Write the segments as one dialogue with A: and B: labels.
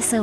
A: 色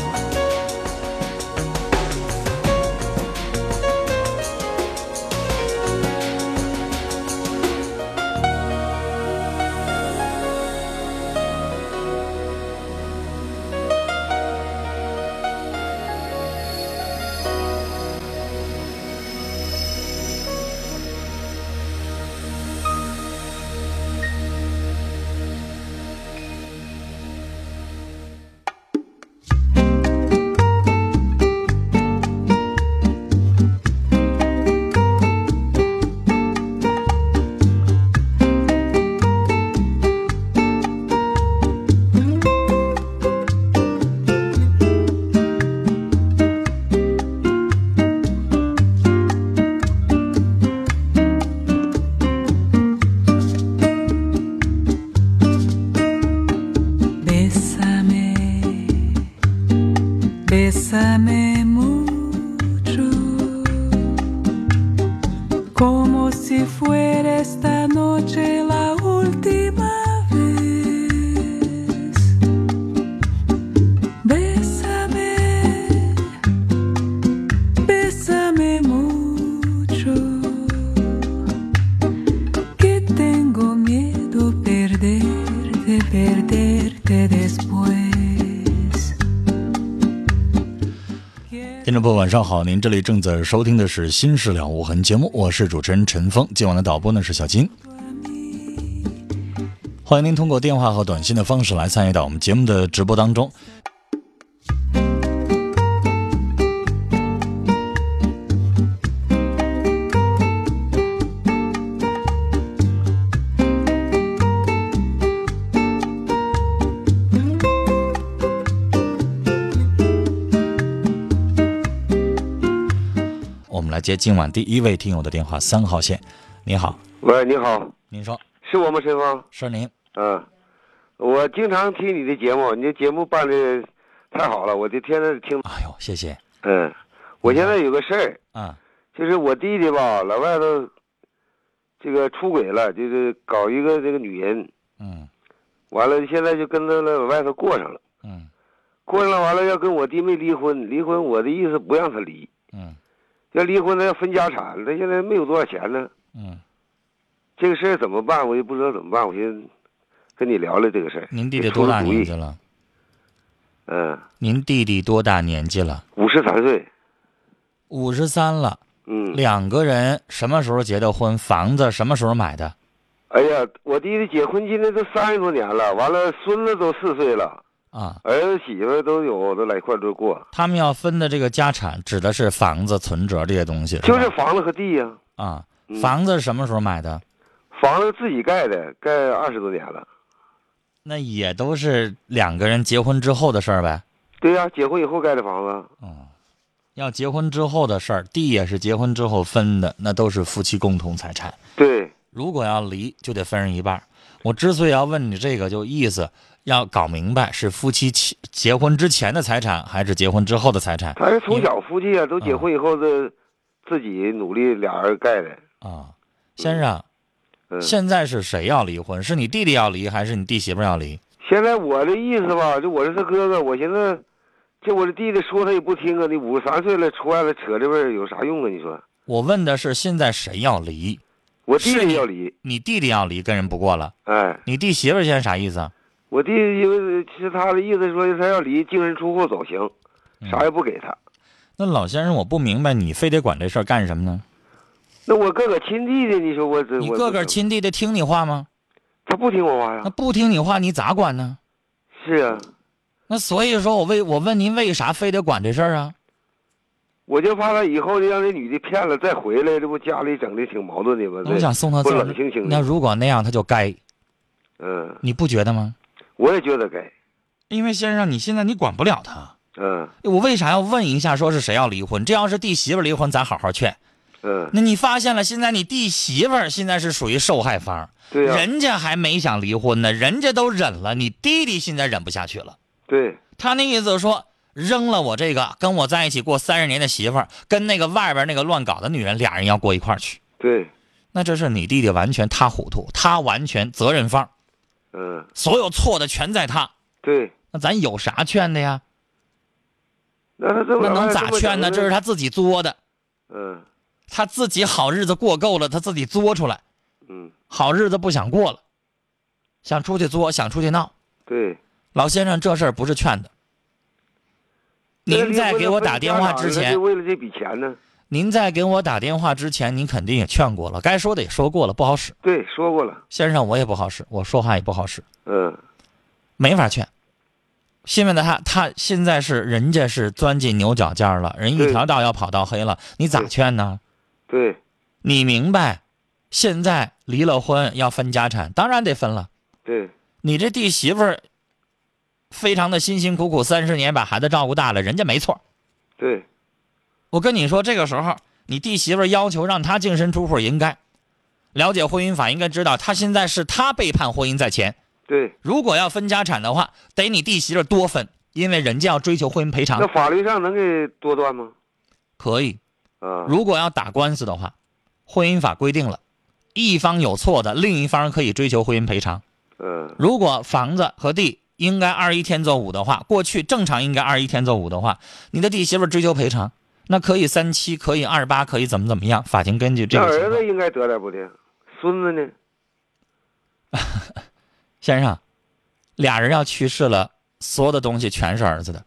B: Bésame, bésame mucho, como si fuera esta noche la última vez. Bésame, bésame mucho, que tengo miedo perderte, perderte después.
C: 听众朋友，晚上好，您这里正在收听的是《新事了无痕》节目，我是主持人陈峰，今晚的导播呢是小金。欢迎您通过电话和短信的方式来参与到我们节目的直播当中。我们来接今晚第一位听友的电话，三号线。你好，
D: 喂，你好，
C: 您说
D: 是我吗，陈芳？
C: 是您？
D: 嗯，我经常听你的节目，你的节目办的太好了，我就天天听。
C: 哎呦，谢谢。
D: 嗯，我现在有个事儿，
C: 啊
D: 就是我弟弟吧，老外头这个出轨了，就是搞一个这个女人，
C: 嗯
D: 完了现在就跟他老外头过上了，
C: 嗯
D: 过上了完了要跟我弟妹离婚，离婚我的意思不让他离，
C: 嗯
D: 要离婚他要分家产，他现在没有多少钱呢，
C: 嗯，
D: 这个事儿怎么办？我也不知道怎么办，我寻思跟你聊聊这个事儿。
C: 您弟弟多大
D: 出出主
C: 年
D: 意
C: 纪？了？
D: 嗯，
C: 您弟弟多大年纪了？
D: 五十三岁。
C: 五十三了。
D: 嗯，
C: 两个人什么时候结的婚？房子什么时候买的？
D: 哎呀，我弟弟结婚今年都三十多年了，完了孙子都四岁了，
C: 啊，
D: 儿子媳妇都有，都来一块儿都过，
C: 他们要分的这个家产指的是房子、存折这些东西，
D: 就是是
C: 吧
D: 房子和地呀、
C: 啊。
D: 嗯
C: 房子什么时候买的？
D: 房子自己盖的，盖二十多年了。
C: 那也都是两个人结婚之后的事儿呗。
D: 对呀、结婚以后盖的房子。
C: 嗯，要结婚之后的事儿，地也是结婚之后分的，那都是夫妻共同财产。
D: 对，
C: 如果要离，就得分人一半儿。我之所以要问你这个，就意思要搞明白是夫妻起结婚之前的财产，还是结婚之后的财产
D: 他是从小夫妻啊，都结婚以后的，自己努力俩人盖的。
C: 啊，先生。
D: 嗯，
C: 现在是谁要离婚？是你弟弟要离，还是你弟媳妇儿要离？
D: 现在我的意思吧，就我是他哥哥，我寻思，这我的弟弟说他也不听啊，你五十三岁了，出外了扯这味儿有啥用啊？你说，
C: 我问的是现在谁要离？
D: 我弟
C: 是你
D: 弟要离，
C: 你弟弟要离，跟人不过了。
D: 哎。
C: 你弟媳妇儿现在啥意思啊？
D: 我弟弟因为是他的意思说他要离净身出户走行，
C: 嗯
D: 啥也不给他。
C: 那老先生，我不明白，你非得管这事儿干什么呢？
D: 那我哥哥亲弟弟，你说我这
C: 你
D: 我
C: 个个亲弟弟听你话吗？
D: 他不听我话呀
C: 那？不听你话，你咋管呢？
D: 是啊，
C: 那所以说我为我问您为啥非得管这事儿啊？
D: 我就怕他以后让这女的骗了再回来，这不家里整的挺矛盾的吗？
C: 那我想送他
D: 不
C: 走
D: 冷清清，
C: 那
D: 的。
C: 如果那样他就该，
D: 嗯，
C: 你不觉得吗？
D: 我也觉得该。
C: 因为先生，你现在你管不了他，
D: 嗯
C: 我为啥要问一下说是谁要离婚？这要是弟媳妇儿离婚，咱好好劝。
D: 嗯，
C: 那你发现了，现在你弟媳妇儿现在是属于受害方，
D: 对啊呀、
C: 人家还没想离婚呢，人家都忍了，你弟弟现在忍不下去了。
D: 对，
C: 他那意思说，扔了我这个跟我在一起过三十年的媳妇儿，跟那个外边那个乱搞的女人，俩人要过一块儿去，
D: 对，
C: 那这事儿你弟弟完全他糊涂，他完全责任方，
D: 嗯，
C: 所有错的全在他。
D: 对。
C: 那咱有啥劝的呀？
D: 那他这么
C: 那能咋
D: 么
C: 劝呢？
D: 整
C: 这是他自己作的，
D: 嗯
C: 他自己好日子过够了，他自己作出来，
D: 嗯，
C: 好日子不想过了，想出去作，想出去闹。
D: 对。
C: 老先生，这事儿不是劝的。您在给我打电话之
D: 那离婚了分家长了那
C: 前
D: 就，为了这笔钱呢？
C: 您在给我打电话之前，您肯定也劝过了，该说的也说过了，不好使。
D: 对，说过了。
C: 先生，我也不好使，我说话也不好使，
D: 嗯，
C: 没法劝。现在的他，他现在是人家是钻进牛角尖儿了，人一
D: 对
C: 条道要跑到黑了，你咋
D: 对
C: 劝呢？
D: 对，
C: 你明白，现在离了婚要分家产，当然得分了。
D: 对，
C: 你这弟媳妇儿非常的辛辛苦苦三十年把孩子照顾大了，人家没错儿。
D: 对，
C: 我跟你说，这个时候你弟媳妇儿要求让她净身出户，应该了解婚姻法，应该知道她现在是她背叛婚姻在前。
D: 对。
C: 如果要分家产的话，得你弟媳妇儿多分，因为人家要追求婚姻赔
D: 那
C: 偿，
D: 法律上能给多断吗？
C: 可以。
D: 啊，
C: 如果要打官司的话，婚姻法规定了，一方有错的，另一方可以追求婚姻赔偿。
D: 嗯，
C: 如果房子和地应该二一天作五的话，过去正常应该二一天作五的话，你的弟媳妇儿追求赔偿，那可以三七，可以二八，可以怎么怎么样？法庭根据这
D: 那
C: 个情
D: 儿
C: 况。
D: 子应该得点不的，孙子呢？
C: 先生，俩人要去世了，所有的东西全是儿子的。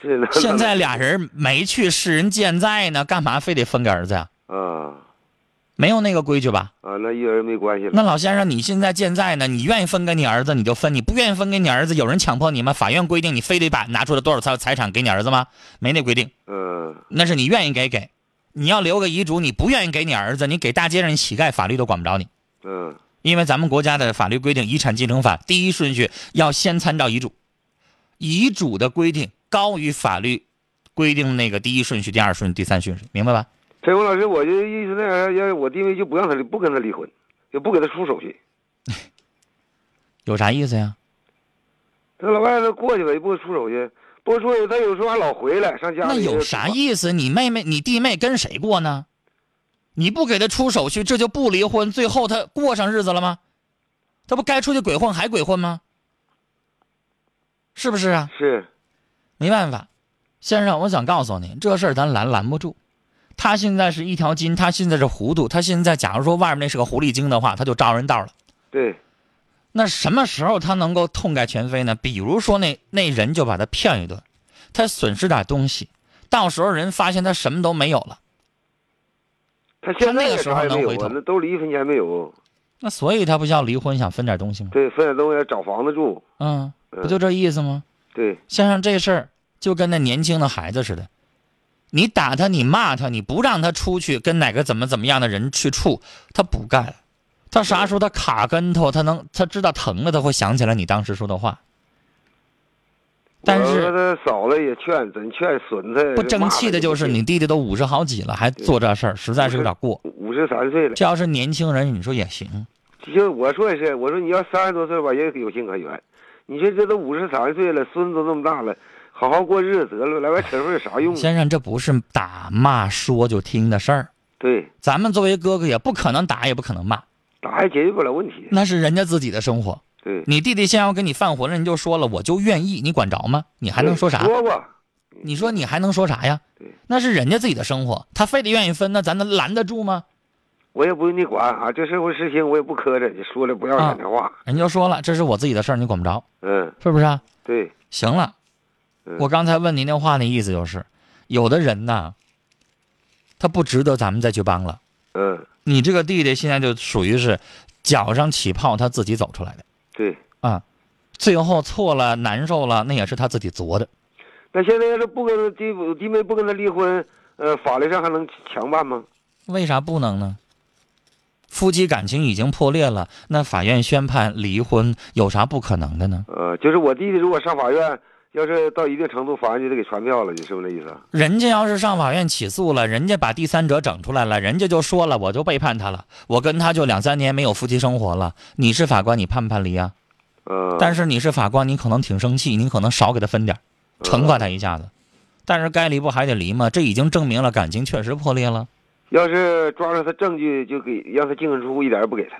D: 是那
C: 现在俩人没去世，人健在呢，干嘛非得分给儿子呀、
D: 啊
C: 没有那个规矩吧？
D: 啊，那一人没关系了。
C: 那老先生，你现在健在呢，你愿意分给你儿子你就分，你不愿意分给你儿子，有人强迫你吗？法院规定你非得把拿出了多少财财产给你儿子吗？没那规定，
D: 嗯，
C: 那是你愿意给给。你要留个遗嘱，你不愿意给你儿子，你给大街上的乞丐，法律都管不着你，
D: 嗯，
C: 因为咱们国家的法律规定，遗产继承法第一顺序要先参照遗嘱，遗嘱的规定高于法律规定那个第一顺序、第二顺序、第三顺序，明白吧？
D: 陈勇老师，我就意思那啥，要是我弟妹就不让他离，不跟他离婚，就不给他出手续。
C: 有啥意思呀？
D: 他老外头过去了，也不出手续，不出手续，他有时候还老回来上家
C: 那
D: 里。
C: 有啥？意思？你妹妹、你弟妹跟谁过呢？你不给她出手续，这就不离婚，最后她过上日子了吗？她不该出去鬼混还鬼混吗？是不是啊？
D: 是，
C: 没办法，先生，我想告诉你，这事儿咱拦拦不住。他现在是一条筋，他现在是糊涂，他现在假如说外面那是个狐狸精的话，他就招人道了。
D: 对，
C: 那什么时候他能够痛改前非呢？比如说那那人就把他骗一顿，他损失点东西，到时候人发现他什么都没有了，
D: 他现在
C: 那个
D: 也
C: 时候
D: 啥也没
C: 能
D: 有
C: 回头
D: 啊，那都离婚前没有。
C: 那所以他不要离婚，想分点东西吗？
D: 对，分点东西找房子住。
C: 嗯，
D: 嗯
C: 不就这意思吗？
D: 对
C: 先生，这事儿就跟那年轻的孩子似的，你打他，你骂他，你不让他出去跟哪个怎么怎么样的人去处，他不干。他啥时候他卡跟头，他能他知道疼了，他会想起来你当时说的话。但是
D: 我和他嫂子也劝，怎劝损他？
C: 不争气的就是你弟弟都五十好几了，还做这事儿，实在是有点过。
D: 五十三岁了，
C: 这要是年轻人，你说也行，
D: 就是我说也是，我说你要三十多岁吧，也有情可原。你说这都五十三岁了，孙子都那么大了，好好过日子得了，来外扯混有啥用啊？
C: 先生，这不是打骂说就听的事儿。
D: 对，
C: 咱们作为哥哥，也不可能打，也不可能骂，
D: 打也解决不了问题。
C: 那是人家自己的生活。
D: 对，
C: 你弟弟先要跟你犯浑，人就说了，我就愿意，你管着吗？你还能说啥？
D: 说吧，
C: 你说你还能说啥呀
D: 对？
C: 那是人家自己的生活，他非得愿意分，那咱能拦得住吗？
D: 我也不用你管啊，这社会事情我也不磕碜，你说了不要
C: 啊
D: 脸的话。
C: 人就说了，这是我自己的事儿，你管不着，
D: 嗯，
C: 是不是啊？
D: 对，
C: 行了，
D: 嗯
C: 我刚才问您那话那意思就是，有的人呐，他不值得咱们再去帮了。
D: 嗯，
C: 你这个弟弟现在就属于是脚上起泡，他自己走出来的
D: 对，
C: 啊。最后错了难受了，那也是他自己作的。
D: 那现在要是不跟他弟弟妹不跟他离婚，呃，法律上还能强办吗？
C: 为啥不能呢？夫妻感情已经破裂了，那法院宣判离婚有啥不可能的呢？
D: 呃，就是我弟弟如果上法院，要是到一定程度，法院就得给传票了，你是不是那意思啊？
C: 人家要是上法院起诉了，人家把第三者整出来了，人家就说了，我就背叛他了，我跟他就两三年没有夫妻生活了。你是法官，你判不判离啊？
D: 呃，
C: 但
D: 是
C: 是你是法官，你可能挺生气，你可能少给他分点儿，
D: 呃
C: 惩罚他一下子。但是该离不还得离吗？这已经证明了感情确实破裂了，
D: 要是抓着他证据，就给让他净身出户，一点也不给他。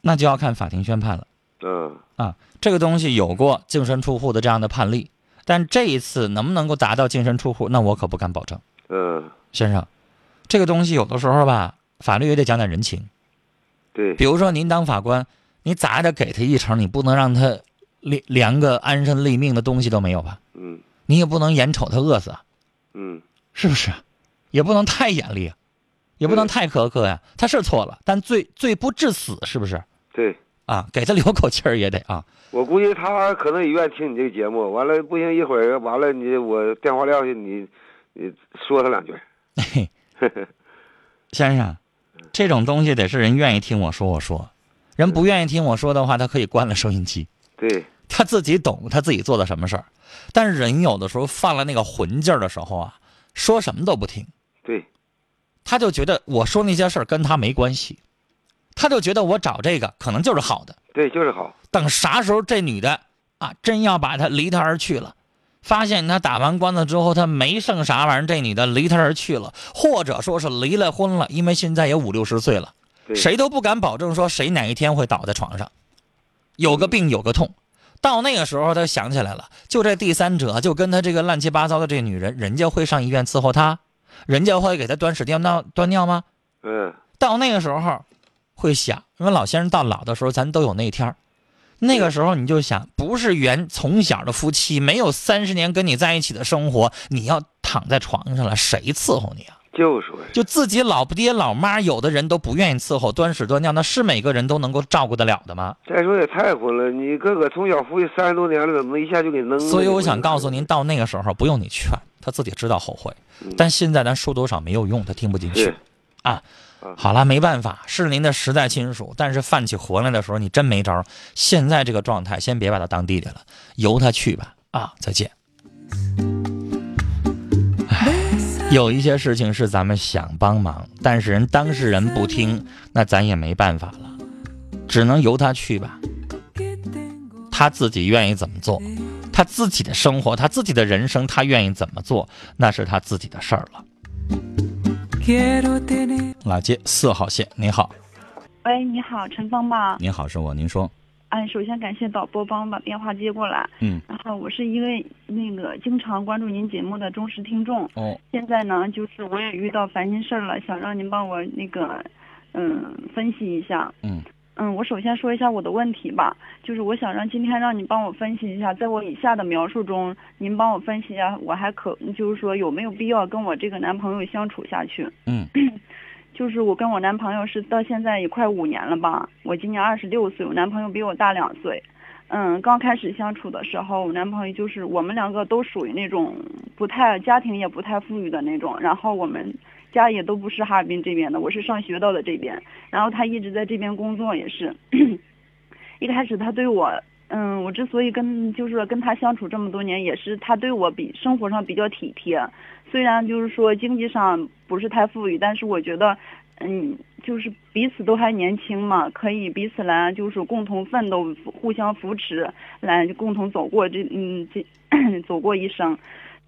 C: 那就要看法庭宣判了。
D: 嗯、
C: 啊，这个东西有过净身出户的这样的判例，但这一次能不能够达到净身出户，那我可不敢保证，
D: 嗯、
C: 先生。这个东西有的时候吧，法律也得讲点人情。
D: 对
C: 比，如说您当法官，你咋也得给他一成，你不能让他连连个安身立命的东西都没有吧？
D: 嗯
C: 你也不能眼瞅他饿死啊，
D: 嗯，
C: 是不是？也不能太严厉啊，也不能太苛刻呀、他是错了，但罪罪不至死，是不是？
D: 对。
C: 啊，给他留口气儿也得啊。
D: 我估计他可能也愿意听你这个节目。完了，不行，一会儿完了你我电话撂下，你你说他两句。
C: 嘿， 先生，这种东西得是人愿意听我说，我说，人不愿意听我说的话，他可以关了收音机，
D: 对，
C: 他自己懂他自己做的什么事儿。但是人有的时候犯了那个混劲儿的时候啊，说什么都不听，
D: 对，
C: 他就觉得我说那些事儿跟他没关系，他就觉得我找这个可能就是好的。
D: 对，就是好。
C: 等啥时候这女的啊真要把他离他而去了，发现他打完官司之后他没剩啥玩意儿，这女的离他而去了，或者说是离了婚了，因为现在也五六十岁了，
D: 对，
C: 谁都不敢保证说谁哪一天会倒在床上，有个病有个痛。到那个时候，他想起来了，就这第三者，就跟他这个乱七八糟的这女人，人家会上医院伺候他，人家会给他端屎尿尿端尿吗？
D: 嗯，
C: 到那个时候会想，因为老先生到老的时候，咱都有那天儿。那个时候你就想，不是原从小的夫妻，没有三十年跟你在一起的生活，你要躺在床上了，谁伺候你啊？
D: 就说是
C: 就自己老爹老妈，有的人都不愿意伺候，端屎端尿，那是每个人都能够照顾得了的吗？
D: 再说也太混了，你哥搁从小夫妻三十多年了，怎么一下就给扔了？
C: 所以我想告诉您，，到那个时候不用你劝，他自己知道后悔。但现在咱说多少没有用，他听不进去
D: 是。
C: 啊
D: 啊。
C: 好了，没办法，是您的时代亲属，但是犯起活来的时候，你真没招儿。现在这个状态，先别把他当弟弟了，由他去吧。啊，再见。唉有一些事情是咱们想帮忙，但是人当事人不听，那咱也没办法了，只能由他去吧。
B: que tengo
C: 他自己愿意怎么做，他自己的生活，他自己的人生，他愿意怎么做，那是他自己的事儿了。
B: quiero tener
C: 老接四号线，您好，
E: 喂，哎你好，陈峰吗？
C: 您好，是我，您说，
E: 嗯，首先感谢导播帮我把电话接过来。
C: 嗯，
E: 然后我是一位那个经常关注您节目的忠实听众。
C: 哦，
E: 现在呢，就是我也遇到烦心事儿了，想让您帮我那个，嗯，分析一下。
C: 嗯
E: 嗯，我首先说一下我的问题吧，就是我想让今天让你帮我分析一下，在我以下的描述中，您帮我分析一下，我还可就是说有没有必要跟我这个男朋友相处下去？
C: 嗯，
E: 就是我跟我男朋友是到现在也快五年了吧，我今年二十六岁，我男朋友比我大两岁。嗯，刚开始相处的时候，我男朋友就是我们两个都属于那种不太家庭也不太富裕的那种，然后我们家也都不是哈尔滨这边的，我是上学到的这边，然后他一直在这边工作也是。 一开始他对我，嗯，我之所以跟就是说跟他相处这么多年，也是他对我比生活上比较体贴，虽然就是说经济上不是太富裕，但是我觉得，嗯，就是彼此都还年轻嘛，可以彼此来就是共同奋斗，互相扶持，来共同走过这嗯这走过一生。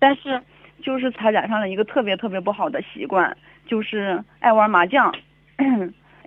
E: 但是就是他染上了一个特别特别不好的习惯，就是爱玩麻将。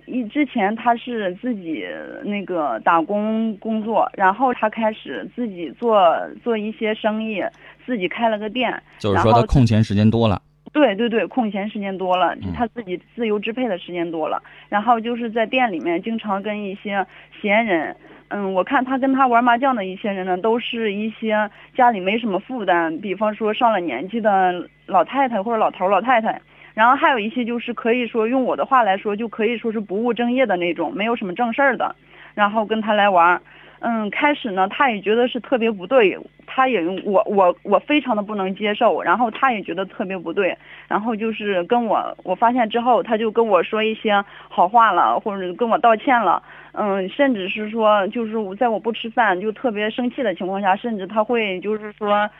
E: 一之前他是自己那个打工工作，然后他开始自己做做一些生意，自己开了个店，
F: 就是说他空闲时间多了，
E: 对对对，空闲时间多了
F: 嗯，
E: 他自己自由支配的时间多了，然后就是在店里面经常跟一些闲人，嗯，我看他跟他玩麻将的一些人呢，都是一些家里没什么负担，比方说上了年纪的老太太或者老头儿老太太。然后还有一些就是可以说用我的话来说，就可以说是不务正业的那种，没有什么正事儿的，然后跟他来玩儿，嗯，开始呢，他也觉得是特别不对，他也我我我非常的不能接受，然后他也觉得特别不对，然后就是跟我我发现之后，他就跟我说一些好话了，或者跟我道歉了，嗯，甚至是说就是我在我不吃饭就特别生气的情况下，甚至他会就是说。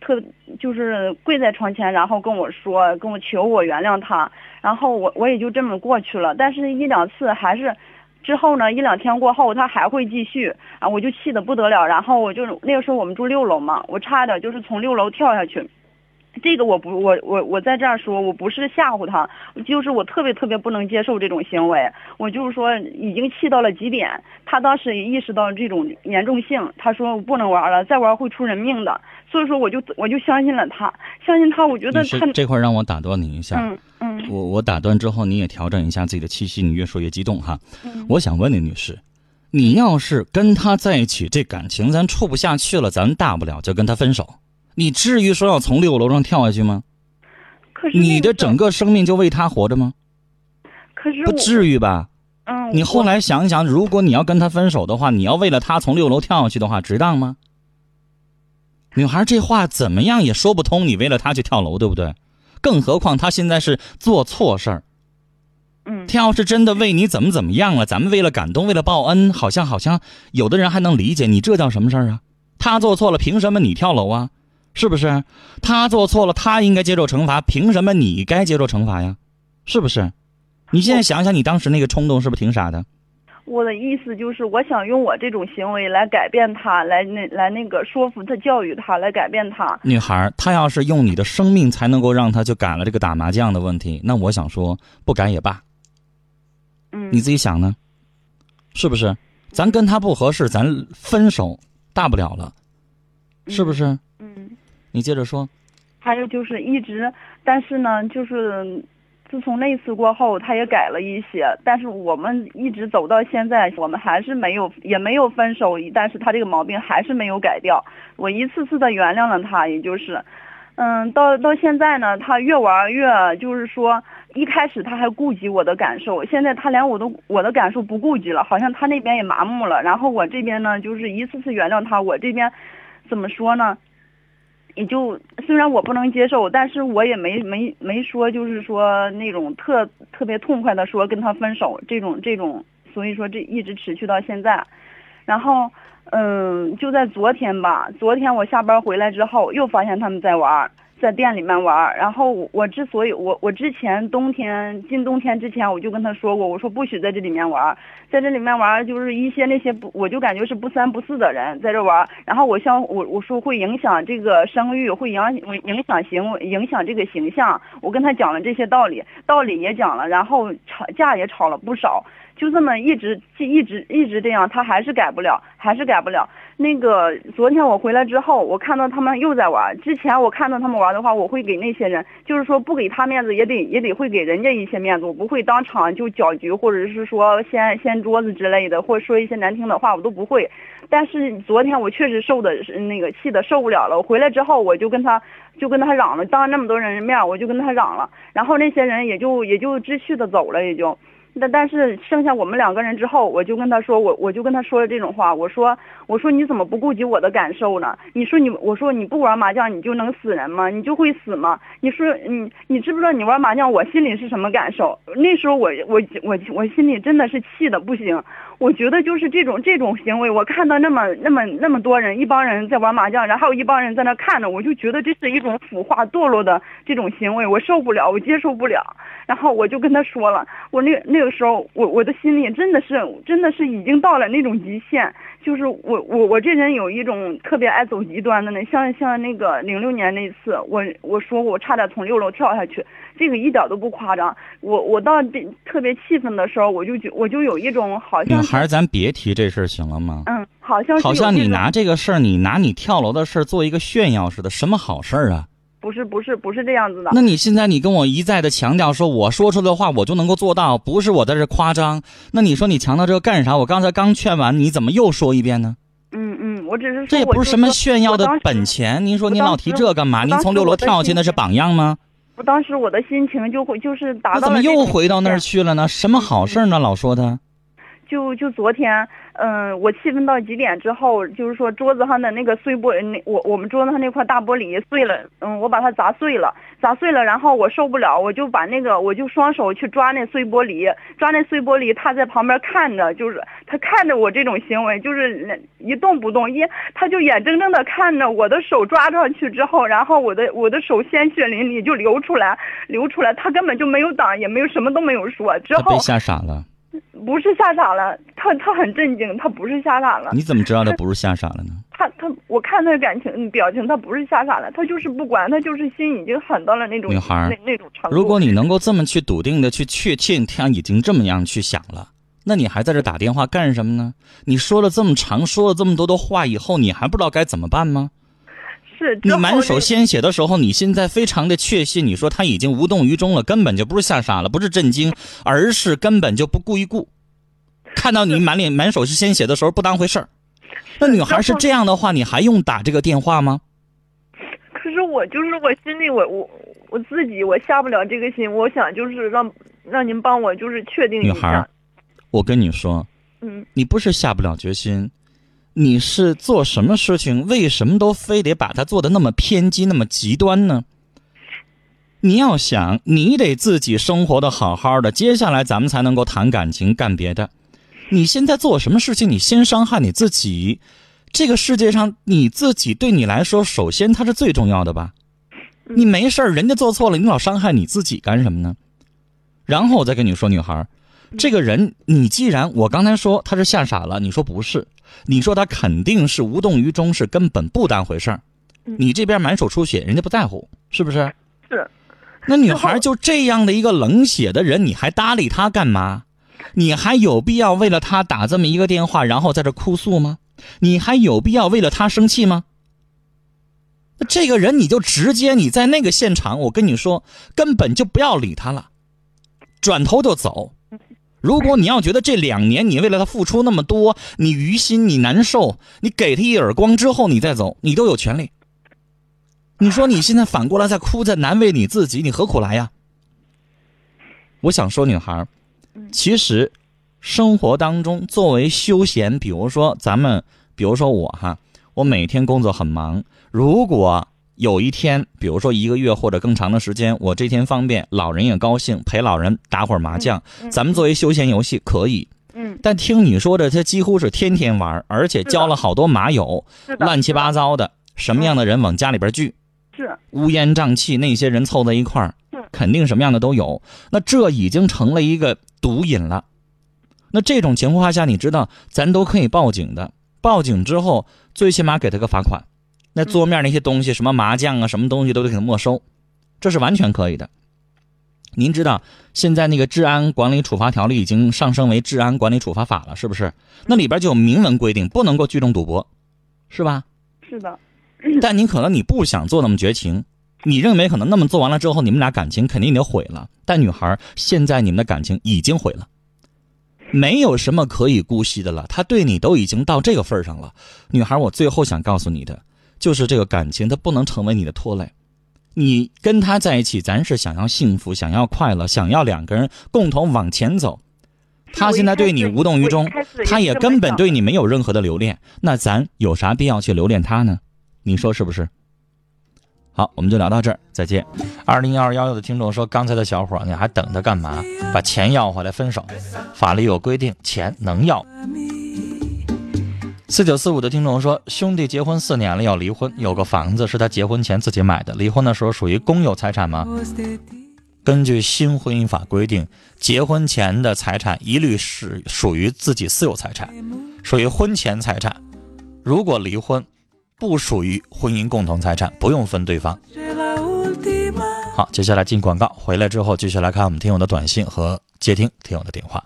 E: 特就是跪在床前，然后跟我说，跟我求我原谅他，然后我我也就这么过去了。但是，一两次还是，之后呢，一两天过后，他还会继续啊，我就气得不得了。然后我就那个时候我们住六楼嘛，我差点就是从六楼跳下去。这个我不，我我我在这儿说，我不是吓唬他，就是我特别特别不能接受这种行为。我就是说已经气到了极点。他当时也意识到这种严重性，他说我不能玩了，再玩会出人命的。所以说我就我就相信了他，相信他，我觉得
F: 女
E: 他
F: 士，这块儿让我打断你一下。
E: 嗯嗯
F: 我我打断之后，你也调整一下自己的气息，你越说越激动哈。
E: 嗯
F: 我想问你，女士，你要是跟他在一起，这感情咱处不下去了，咱大不了就跟他分手。你至于说要从六楼上跳下去吗？
E: 可是那
F: 你
E: 时
F: 的
E: 候
F: 整个生命就为他活着吗？
E: 可是
F: 不
E: 我
F: 至于吧？
E: 嗯，
F: 你
E: 我
F: 后来想想，如果你要跟他分手的话，你要为了他从六楼跳下去的话，值当吗？女孩这话怎么样也说不通，你为了他去跳楼，对不对？更何况他现在是做错事儿，
E: 嗯
F: 他要是真的为你怎么怎么样了，咱们为了感动，为了报恩，好像好像有的人还能理解你，这叫什么事儿啊？他做错了，凭什么你跳楼啊？是不是？他做错了，他应该接受惩罚，凭什么你该接受惩罚呀？是不是？你现在想想，你当时那个冲动是不是挺傻的？
E: 我的意思就是，我想用我这种行为来改变他，来那来那个说服他、教育他，来改变他。
F: 女孩儿，她要是用你的生命才能够让她去改了这个打麻将的问题，那我想说，不改也罢，
E: 嗯，
F: 你自己想呢，是不是？咱跟她不合适，咱分手，大不了了，是不是？
E: 嗯，
F: 你接着说，
E: 还有就是一直，但是呢，就是自从那次过后，他也改了一些，但是我们一直走到现在，我们还是没有，也没有分手，但是他这个毛病还是没有改掉。我一次次的原谅了他，也就是，嗯，到到现在呢，他越玩越就是说，一开始他还顾及我的感受，现在他连我的我的感受不顾及了，好像他那边也麻木了。然后我这边呢，就是一次次原谅他，我这边怎么说呢？也就虽然我不能接受，但是我也没没没说，就是说那种特特别痛快的说跟他分手这种这种，所以说这一直持续到现在。然后，嗯，就在昨天吧，昨天我下班回来之后，又发现他们在玩儿，在店里面玩儿。然后我我之所以我我之前冬天进冬天之前，我就跟他说过，我说不许在这里面玩儿，在这里面玩儿就是一些那些不，我就感觉是不三不四的人在这玩儿。然后我像我我说会影响这个声誉，会影影响行为，影响这个形象。我跟他讲了这些道理，道理也讲了，然后吵架也吵了不少。就这么一直一直一直这样，他还是改不了，还是改不了。那个昨天我回来之后，我看到他们又在玩儿。之前我看到他们玩儿的话，我会给那些人，就是说不给他面子，也得也得会给人家一些面子。我不会当场就搅局，或者是说掀掀桌子之类的，或者说一些难听的话，我都不会。但是昨天我确实受的是那个气的受不了了。我回来之后，我就跟他就跟他嚷了，当着那么多人面，我就跟他嚷了。然后那些人也就也就知趣的走了，也就。但但是剩下我们两个人之后，我就跟他说，我我就跟他说了这种话，我说我说你怎么不顾及我的感受呢？你说你我说你不玩麻将你就能死人吗？你就会死吗？你说你你知不知道你玩麻将我心里是什么感受？那时候我我我我心里真的是气的不行，我觉得就是这种这种行为，我看到那么那么那么多人一帮人在玩麻将，然后一帮人在那看着，我就觉得这是一种腐化堕落的这种行为，我受不了，我接受不了。然后我就跟他说了，我那那个时候，我我的心里真的是真的是已经到了那种极限，就是我我我这人有一种特别爱走极端的呢，像像那个零六年那次，我我说过我差点从六楼跳下去，这个一点都不夸张。我我到这特别气愤的时候，我就觉我就有一种好
F: 女
E: 像
F: 孩儿，咱别提这事儿行了吗？
E: 嗯，好像是
F: 好像
E: 有这
F: 你
E: 种
F: 拿这个事儿，你拿你跳楼的事儿做一个炫耀似的，什么好事儿啊？
E: 不是不是不是这样子的，
F: 那你现在你跟我一再的强调说，我说出的话我就能够做到，不是我在这夸张。那你说你强调这个干啥？我刚才刚劝完，你怎么又说一遍呢？
E: 嗯嗯，我只是说
F: 这也
E: 我
F: 不是
E: 就
F: 什么
E: 说
F: 炫耀
E: 我
F: 的
E: 当时
F: 本钱。您说
E: 我
F: 您
E: 当
F: 老
E: 时
F: 提这干嘛？
E: 我
F: 您
E: 当
F: 从
E: 时
F: 六
E: 我
F: 楼
E: 的
F: 跳下去
E: 心
F: 那是
E: 情
F: 榜样吗？
E: 我当时我的心情就会就是达到
F: 那怎么
E: 了这
F: 又
E: 种
F: 回
E: 极
F: 到那
E: 限
F: 儿去了呢？什么好事儿呢？老说他，
E: 就就昨天，嗯、我气愤到极点之后，就是说桌子上的那个碎玻，那我我们桌子上那块大玻璃碎了，嗯，我把它砸碎了，砸碎了，然后我受不了，我就把那个我就双手去抓那碎玻璃，抓那碎玻璃，他在旁边看着，就是他看着我这种行为，就是一动不动，一他就眼睁睁的看着我的手抓上去之后，然后我的我的手鲜血淋漓就流出来，流出来，他根本就没有挡，也没有什么都没有说，之
F: 他被
E: 后
F: 吓傻了。
E: 不是吓傻了，他他很震惊，他不是吓傻了，
F: 你怎么知道这不是吓傻了呢？
E: 他他我看他的感情嗯表情，他不是吓傻了，他就是不管，他就是心已经狠到了那种
F: 女孩儿
E: 那那种程度。
F: 如果你能够这么去笃定的去确信他已经这么样去想了，那你还在这打电话干什么呢？你说了这么长，说了这么多的话以后，你还不知道该怎么办吗？
E: 是之
F: 你
E: 后
F: 满手
E: 那
F: 鲜血的时候，你现在非常的确信，你说他已经无动于衷了，根本就不是吓傻了，不是震惊，而是根本就不顾一顾。看到你满脸满手是鲜血的时候，不当回事儿。那女孩是这样的话，你还用打这个电话吗？
E: 可是我就是我心里我我我自己我下不了这个心，我想就是让让您帮我就是确定一
F: 女
E: 下。
F: 孩儿，我跟你说，
E: 嗯，
F: 你不是下不了决心，你是做什么事情，为什么都非得把它做的那么偏激、那么极端呢？你要想，你得自己生活的好好的，接下来咱们才能够谈感情、干别的。你现在做什么事情，你先伤害你自己。这个世界上，你自己对你来说，首先它是最重要的吧？你没事儿，人家做错了，你老伤害你自己干什么呢？然后我再跟你说，女孩儿，这个人，你既然我刚才说他是吓傻了，你说不是，你说他肯定是无动于衷，是根本不当回事儿。你这边满手出血，人家不在乎，是不是？
E: 是。
F: 那女孩就这样的一个冷血的人，你还搭理她干嘛？你还有必要为了她打这么一个电话，然后在这哭诉吗？你还有必要为了她生气吗？那这个人，你就直接你在那个现场，我跟你说，根本就不要理他了，转头就走。如果你要觉得这两年你为了他付出那么多，你于心你难受，你给他一耳光之后你再走，你都有权利。你说你现在反过来再哭，再难为你自己，你何苦来呀？我想说，女孩儿，其实生活当中作为休闲，比如说咱们，比如说我哈，我每天工作很忙，如果有一天，比如说一个月或者更长的时间，我这天方便，老人也高兴，陪老人打会儿麻将，咱们作为休闲游戏可以。
E: 嗯，
F: 但听你说的，他几乎是天天玩儿，而且交了好多麻友，
E: 是的
F: 乱七八糟的，什么样的人往家里边聚，
E: 是
F: 乌烟瘴气，那些人凑在一块儿
E: 嗯，
F: 肯定什么样的都有。那这已经成了一个毒瘾了。那这种情况下，你知道，咱都可以报警的。报警之后，最起码给他个罚款。那桌面那些东西，什么麻将啊，什么东西都得给他没收，这是完全可以的。您知道现在那个治安管理处罚条例已经上升为治安管理处罚法了，是不是？那里边就有明文规定，不能够聚众赌博，是吧？
E: 是的，
F: 但你可能你不想做那么绝情，你认为可能那么做完了之后，你们俩感情肯定得毁了。但女孩儿，现在你们的感情已经毁了，没有什么可以姑息的了。他对你都已经到这个份儿上了，女孩儿，我最后想告诉你的就是，这个感情它不能成为你的拖累。你跟他在一起，咱是想要幸福，想要快乐，想要两个人共同往前走。他现在对你无动于衷，他也根本对你没有任何的留恋，那咱有啥必要去留恋他呢？你说是不是？好，我们就聊到这儿，再见。
C: 二零二幺的听众说，刚才的小伙儿，你还等他干嘛？把钱要回来分手，法律有规定，钱能要。四九四五的听众说，兄弟结婚四年了要离婚，有个房子是他结婚前自己买的，离婚的时候属于公有财产吗？
B: Ojos de ti,
C: 根据新婚姻法规定，结婚前的财产一律是属于自己私有财产，属于婚前财产。如果离婚，不属于婚姻共同财产，不用分对方。
B: de la última.
C: 好，接下来进广告，回来之后继续来看我们听友的短信和接听听友的电话。